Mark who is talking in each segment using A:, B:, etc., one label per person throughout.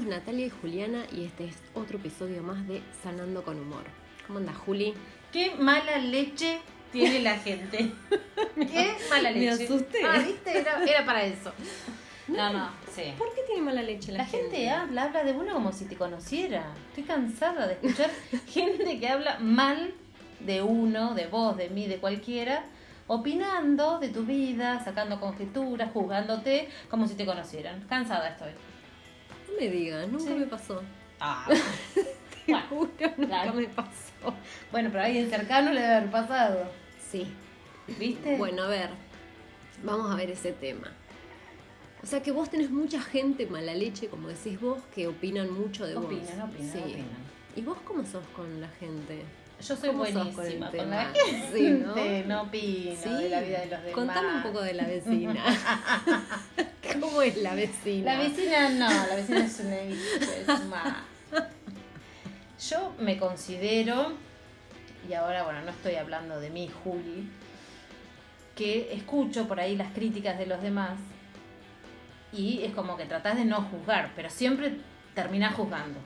A: Julia y Juliana y este es otro episodio más de Sanando con Humor. ¿Cómo anda Juli?
B: Qué mala leche tiene la gente. Qué mala
A: Me
B: leche.
A: asusté.
B: Ah, viste, era, era para eso. No, no, sí.
A: ¿Por qué tiene mala leche la,
B: La gente ah. habla, habla de uno como si te conociera. Estoy cansada de escuchar gente que habla mal de uno, de vos, de mí, de cualquiera, opinando de tu vida, sacando conjeturas, juzgándote como si te conocieran. Cansada estoy.
A: No me digas, nunca
B: Sí.
A: me pasó.
B: Ah.
A: Te
B: Bueno,
A: juro, nunca
B: claro.
A: me pasó.
B: Bueno, pero a alguien cercano le debe haber pasado.
A: Sí.
B: ¿Viste?
A: Bueno, a ver, vamos a ver ese tema. O sea que vos tenés mucha gente mala leche, como decís vos, que opinan mucho de vos.
B: opinan, opinan,
A: Sí.
B: opinan.
A: ¿Y vos cómo sos con la gente?
B: Yo soy
A: ¿Cómo sos
B: buenísima
A: con el
B: con,
A: tema?
B: la gente.
A: Sí, ¿no?
B: no opino de la vida de los demás.
A: Contame un poco de la vecina. ¿Cómo es la vecina?
B: La vecina no, la vecina es una es una- Yo me considero, y ahora bueno, no estoy hablando de mí, Juli, que escucho por ahí las críticas de los demás y es como que tratás de no juzgar, pero siempre terminás juzgando,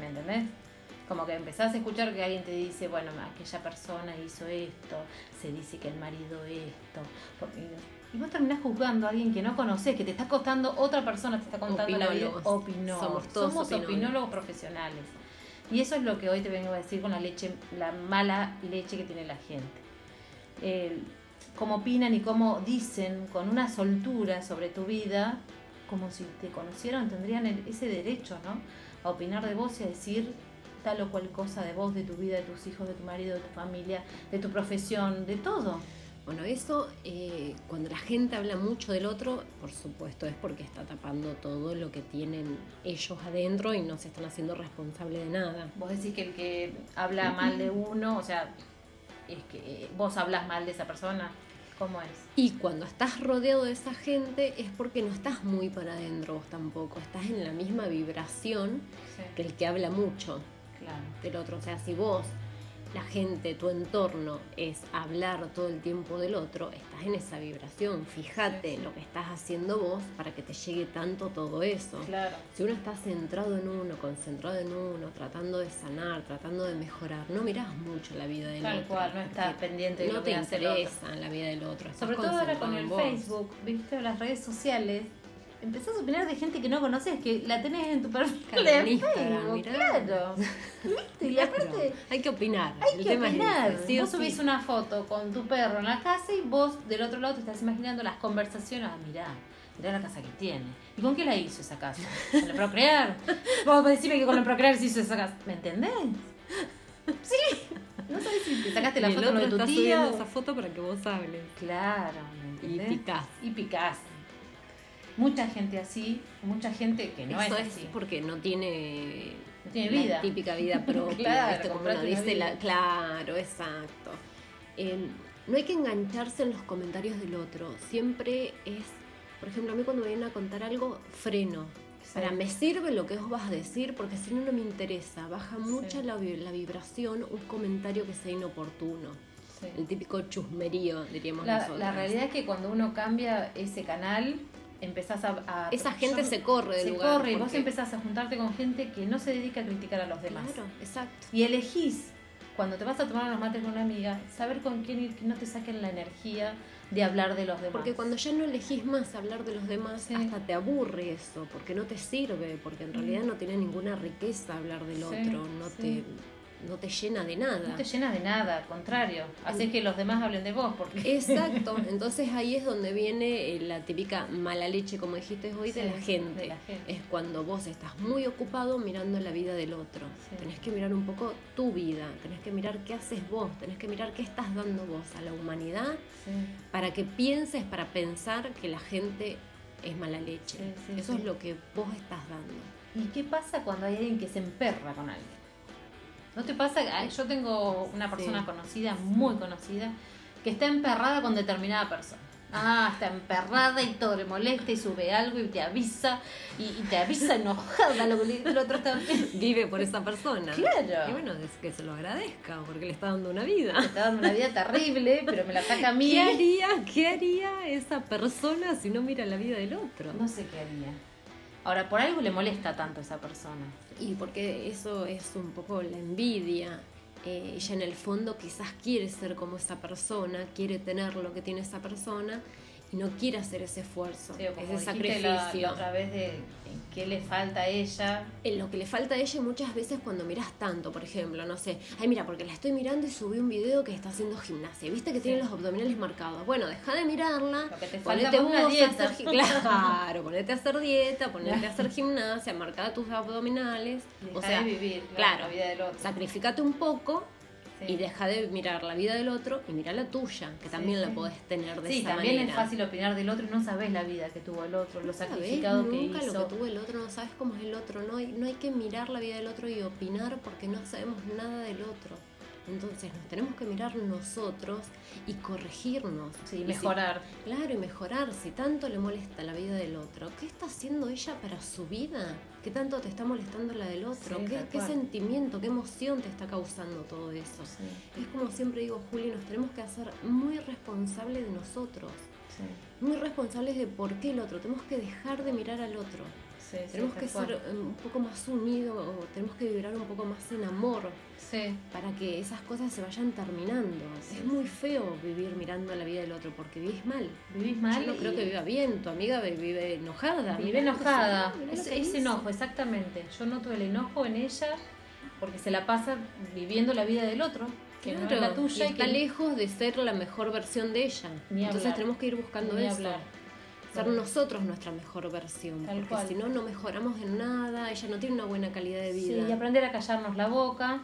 B: ¿me entendés? Como que empezás a escuchar que alguien te dice, bueno, aquella persona hizo esto, se dice que el marido esto, porque- y vos terminás juzgando a alguien que no conoces, que te está costando, otra persona te está contando
A: Opinólogos.
B: la vida. Opinólogos.
A: Somos todos
B: Somos
A: opinólogos.
B: opinólogos profesionales. Y eso es lo que hoy te vengo a decir con la leche, la mala leche que tiene la gente. El- cómo opinan y cómo dicen con una soltura sobre tu vida, como si te conocieran, tendrían el- ese derecho, ¿no? A opinar de vos y a decir tal o cual cosa de vos, de tu vida, de tus hijos, de tu marido, de tu familia, de tu profesión, de todo.
A: Bueno, eso, eh, cuando la gente habla mucho del otro, por supuesto es porque está tapando todo lo que tienen ellos adentro y no se están haciendo responsable de nada.
B: Vos decís que el que habla mal de uno, o sea, es que eh, vos hablas mal de esa persona, ¿cómo es?
A: Y cuando estás rodeado de esa gente es porque no estás muy para adentro vos tampoco, estás en la misma vibración que el que habla mucho.
B: claro.
A: del otro. O sea, si vos, la gente, tu entorno es hablar todo el tiempo del otro, estás en esa vibración. Fíjate
B: Sí, sí.
A: lo que estás haciendo vos para que te llegue tanto todo eso.
B: Claro.
A: Si uno está centrado en uno, concentrado en uno, tratando de sanar, tratando de mejorar, no mirás mucho la vida del
B: Tal
A: otro.
B: cual, no estás
A: porque
B: pendiente de
A: no
B: lo
A: te
B: que hace el otro.
A: interesa la vida del otro. estás
B: Sobre todo
A: concentrado
B: ahora con
A: en
B: el
A: vos.
B: Facebook, ¿viste? O las redes sociales. Empezás a opinar de gente que no conoces, que la tenés en tu perfil
A: Claro,
B: de
A: en Instagram,
B: Facebook,
A: mirá.
B: claro. ¿Viste? Y
A: Claro,
B: aparte,
A: hay que opinar.
B: hay
A: el
B: que
A: tema es
B: opinar.
A: ese, sí o
B: vos subís
A: sí.
B: una foto con tu perro en la casa y vos del otro lado te estás imaginando las conversaciones. Ah, mirá, mirá la casa que tiene. ¿Y con qué la hizo esa casa? ¿Con el procrear? Vos decime que con el procrear se hizo esa casa. ¿Me entendés? Sí. No sabés si te sacaste la
A: Y el
B: foto con
A: otro
B: lo de tu
A: está
B: tía.
A: subiendo
B: o-
A: esa foto para que vos hables.
B: Claro, ¿me
A: Y
B: entendés?
A: picás.
B: y picás. Mucha gente así, mucha gente que no
A: Eso
B: es
A: es,
B: así.
A: porque no tiene,
B: No tiene
A: la
B: vida.
A: típica vida propia,
B: Claro,
A: ¿viste? Como uno
B: comprate una
A: dice,
B: vida.
A: la- claro, exacto. Eh, no hay que engancharse en los comentarios del otro, siempre es, por ejemplo, a mí cuando me vienen a contar algo, freno.
B: Sí.
A: Para, me sirve lo que vos vas a decir porque si no, no me interesa. Baja mucho
B: Sí.
A: la, vi- la vibración un comentario que sea inoportuno.
B: Sí.
A: El típico chusmerío, diríamos
B: La,
A: nosotros.
B: la realidad es que cuando uno cambia ese canal, empezás a... a-
A: Esa gente
B: yo-
A: se corre del
B: se
A: lugar.
B: corre y vos
A: porque-
B: empezás a juntarte con gente que no se dedica a criticar a los demás.
A: Claro, exacto.
B: Y elegís, cuando te vas a tomar unos mates con una amiga, saber con quién ir, que no te saquen la energía de hablar de los demás.
A: Porque cuando ya no elegís más hablar de los demás,
B: Sí. Mm.
A: hasta te aburre eso, porque no te sirve, porque en realidad no tiene ninguna riqueza hablar del
B: Sí,
A: otro, no,
B: sí.
A: te, no te llena de nada.
B: No te llenas de nada, al contrario. Haces que los demás hablen de vos, porque...
A: Exacto, entonces ahí es donde viene eh, la típica mala leche, como dijiste hoy, de
B: Sí,
A: la gente.
B: de la gente.
A: Es cuando vos estás muy ocupado mirando la vida del otro.
B: Sí.
A: Tenés que mirar un poco tu vida, tenés que mirar qué haces vos, tenés que mirar qué estás dando vos a la humanidad
B: Sí.
A: para que pienses, para pensar que la gente es mala leche.
B: Sí, sí,
A: Eso
B: sí.
A: es lo que vos estás dando.
B: ¿Y qué pasa cuando hay alguien que se emperra con alguien? ¿No te pasa? Ah, Yo tengo una persona
A: Sí.
B: conocida, muy conocida, que está emperrada con determinada persona. Ah, está emperrada y todo le molesta y sube algo y te avisa y, y te avisa enojada lo que le- el otro está... Te
A: Vive por esa persona.
B: Claro.
A: Y bueno, es que se lo agradezca porque le está dando una vida.
B: está dando una vida terrible, pero me la saca a mí.
A: ¿Qué haría, ¿Qué haría esa persona si no mira la vida del otro?
B: No sé qué haría. Ahora, por algo le molesta tanto a esa persona.
A: Y porque eso es un poco la envidia. Eh, ella en el fondo quizás quiere ser como esa persona, quiere tener lo que tiene esa persona y no quiere hacer ese esfuerzo,
B: Sí, o como
A: ese
B: dijiste la- la
A: sacrificio.
B: otra vez de en qué le falta a ella.
A: en lo que le falta a ella muchas veces cuando miras tanto, por ejemplo, no sé, ay mira, porque la estoy mirando y subí un video que está haciendo gimnasia, viste que tiene los abdominales marcados. Bueno, deja de mirarla,
B: Lo que te falta
A: ponete
B: es una
A: vos a
B: dieta.
A: hacer gi- claro, ponete a hacer dieta, ponete a hacer gimnasia, marca tus abdominales,
B: Deja
A: o sea,
B: de vivir claro,
A: claro.
B: la vida del otro.
A: sacrificate un poco
B: Sí.
A: y deja de mirar la vida del otro y mira la tuya, que también
B: Sí,
A: la
B: sí.
A: podés tener de
B: Sí,
A: esa
B: también
A: manera.
B: es fácil opinar del otro y no sabes la vida que tuvo el otro, lo
A: No sabés
B: sacrificado que
A: nunca
B: hizo.
A: lo que tuvo el otro, no sabes cómo es el otro, no hay, no hay que mirar la vida del otro y opinar porque no sabemos nada del otro. Entonces nos tenemos que mirar nosotros y corregirnos.
B: Sí,
A: Y
B: mejorar.
A: si- claro, y mejorar. Si tanto le molesta la vida del otro, ¿qué está haciendo ella para su vida? ¿Qué tanto te está molestando la del otro?
B: Sí,
A: ¿Qué,
B: tal
A: qué
B: cual.
A: sentimiento, qué emoción te está causando todo eso?
B: Sí,
A: Es como siempre digo, Juli, nos tenemos que hacer muy responsables de nosotros
B: sí,
A: muy responsables de por qué el otro. Tenemos que dejar de mirar al otro.
B: sí, sí,
A: tenemos
B: tal
A: que
B: cual.
A: ser eh, un poco más unidos, o tenemos que vibrar un poco más en amor
B: Sí,
A: para que esas cosas se vayan terminando.
B: Sí.
A: Es muy feo vivir mirando la vida del otro porque vivís mal.
B: vivís mal.
A: Yo no creo
B: y-
A: que viva bien, tu amiga vi- vive enojada.
B: Vive
A: mirá lo que
B: enojada.
A: hizo, mirá lo
B: Es,
A: que
B: es
A: hizo.
B: enojo, exactamente. Yo noto el enojo en ella porque se la pasa viviendo la vida del otro, que no es
A: Claro,
B: la tuya
A: y
B: y
A: está
B: que
A: lejos de ser la mejor versión de ella.
B: Ni
A: Entonces
B: hablar.
A: tenemos que ir buscando
B: Ni
A: eso.
B: hablar.
A: Ser nosotros nuestra mejor versión,
B: Tal
A: porque
B: cual.
A: si no, no mejoramos en nada, ella no tiene una buena calidad de vida.
B: Sí, y aprender a callarnos la boca.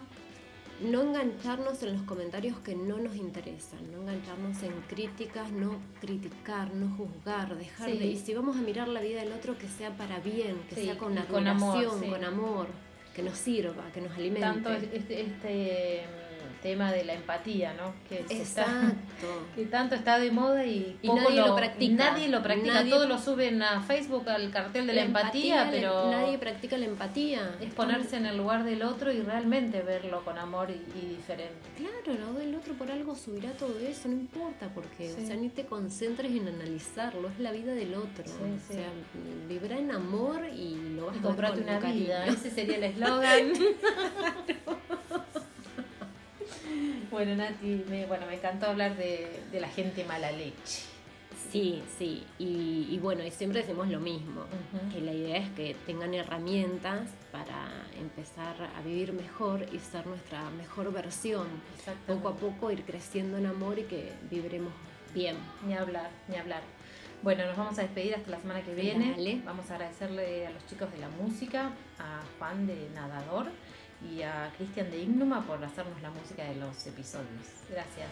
A: No engancharnos en los comentarios que no nos interesan, no engancharnos en críticas, no criticar, no juzgar, dejar
B: Sí.
A: de... Y si vamos a mirar la vida del otro, que sea para bien, que
B: Sí,
A: sea con
B: y con amor,
A: admiración,
B: sí.
A: con amor, que nos sirva, que nos alimente.
B: Tanto es- este, este, mm, tema de la empatía, ¿no? Que, se está,
A: Exacto.
B: que tanto está de moda y,
A: Y
B: poco
A: nadie lo practica.
B: Nadie lo practica.
A: Nadie-
B: Todo lo suben a Facebook, al cartel de la, empatía,
A: la-
B: pero
A: Nadie practica la empatía.
B: es ponerse en el lugar del otro y realmente verlo con amor y, y diferente.
A: Claro, lo del otro por algo subirá todo eso, no importa porque,
B: Sí.
A: o sea, ni te concentres en analizarlo, es la vida del otro.
B: Sí,
A: o
B: sí.
A: sea, vivirá en amor y lo vas
B: Y
A: a
B: comprate
A: ver con
B: una
A: cariño.
B: vida. Ese sería el eslogan. bueno, Nati, me, bueno, me encantó hablar de, de la gente mala leche.
A: Sí, sí, y, y bueno, y siempre decimos lo mismo,
B: Ujú.
A: que la idea es que tengan herramientas para empezar a vivir mejor y ser nuestra mejor versión,
B: Exactamente.
A: poco a poco ir creciendo en amor y que vibremos bien.
B: Ni hablar, ni hablar. Bueno, nos vamos a despedir hasta la semana que viene.
A: Dale.
B: Vamos a agradecerle a los chicos de la música, a Juan de Nadador y a Cristian de Ignuma por hacernos la música de los episodios. Gracias.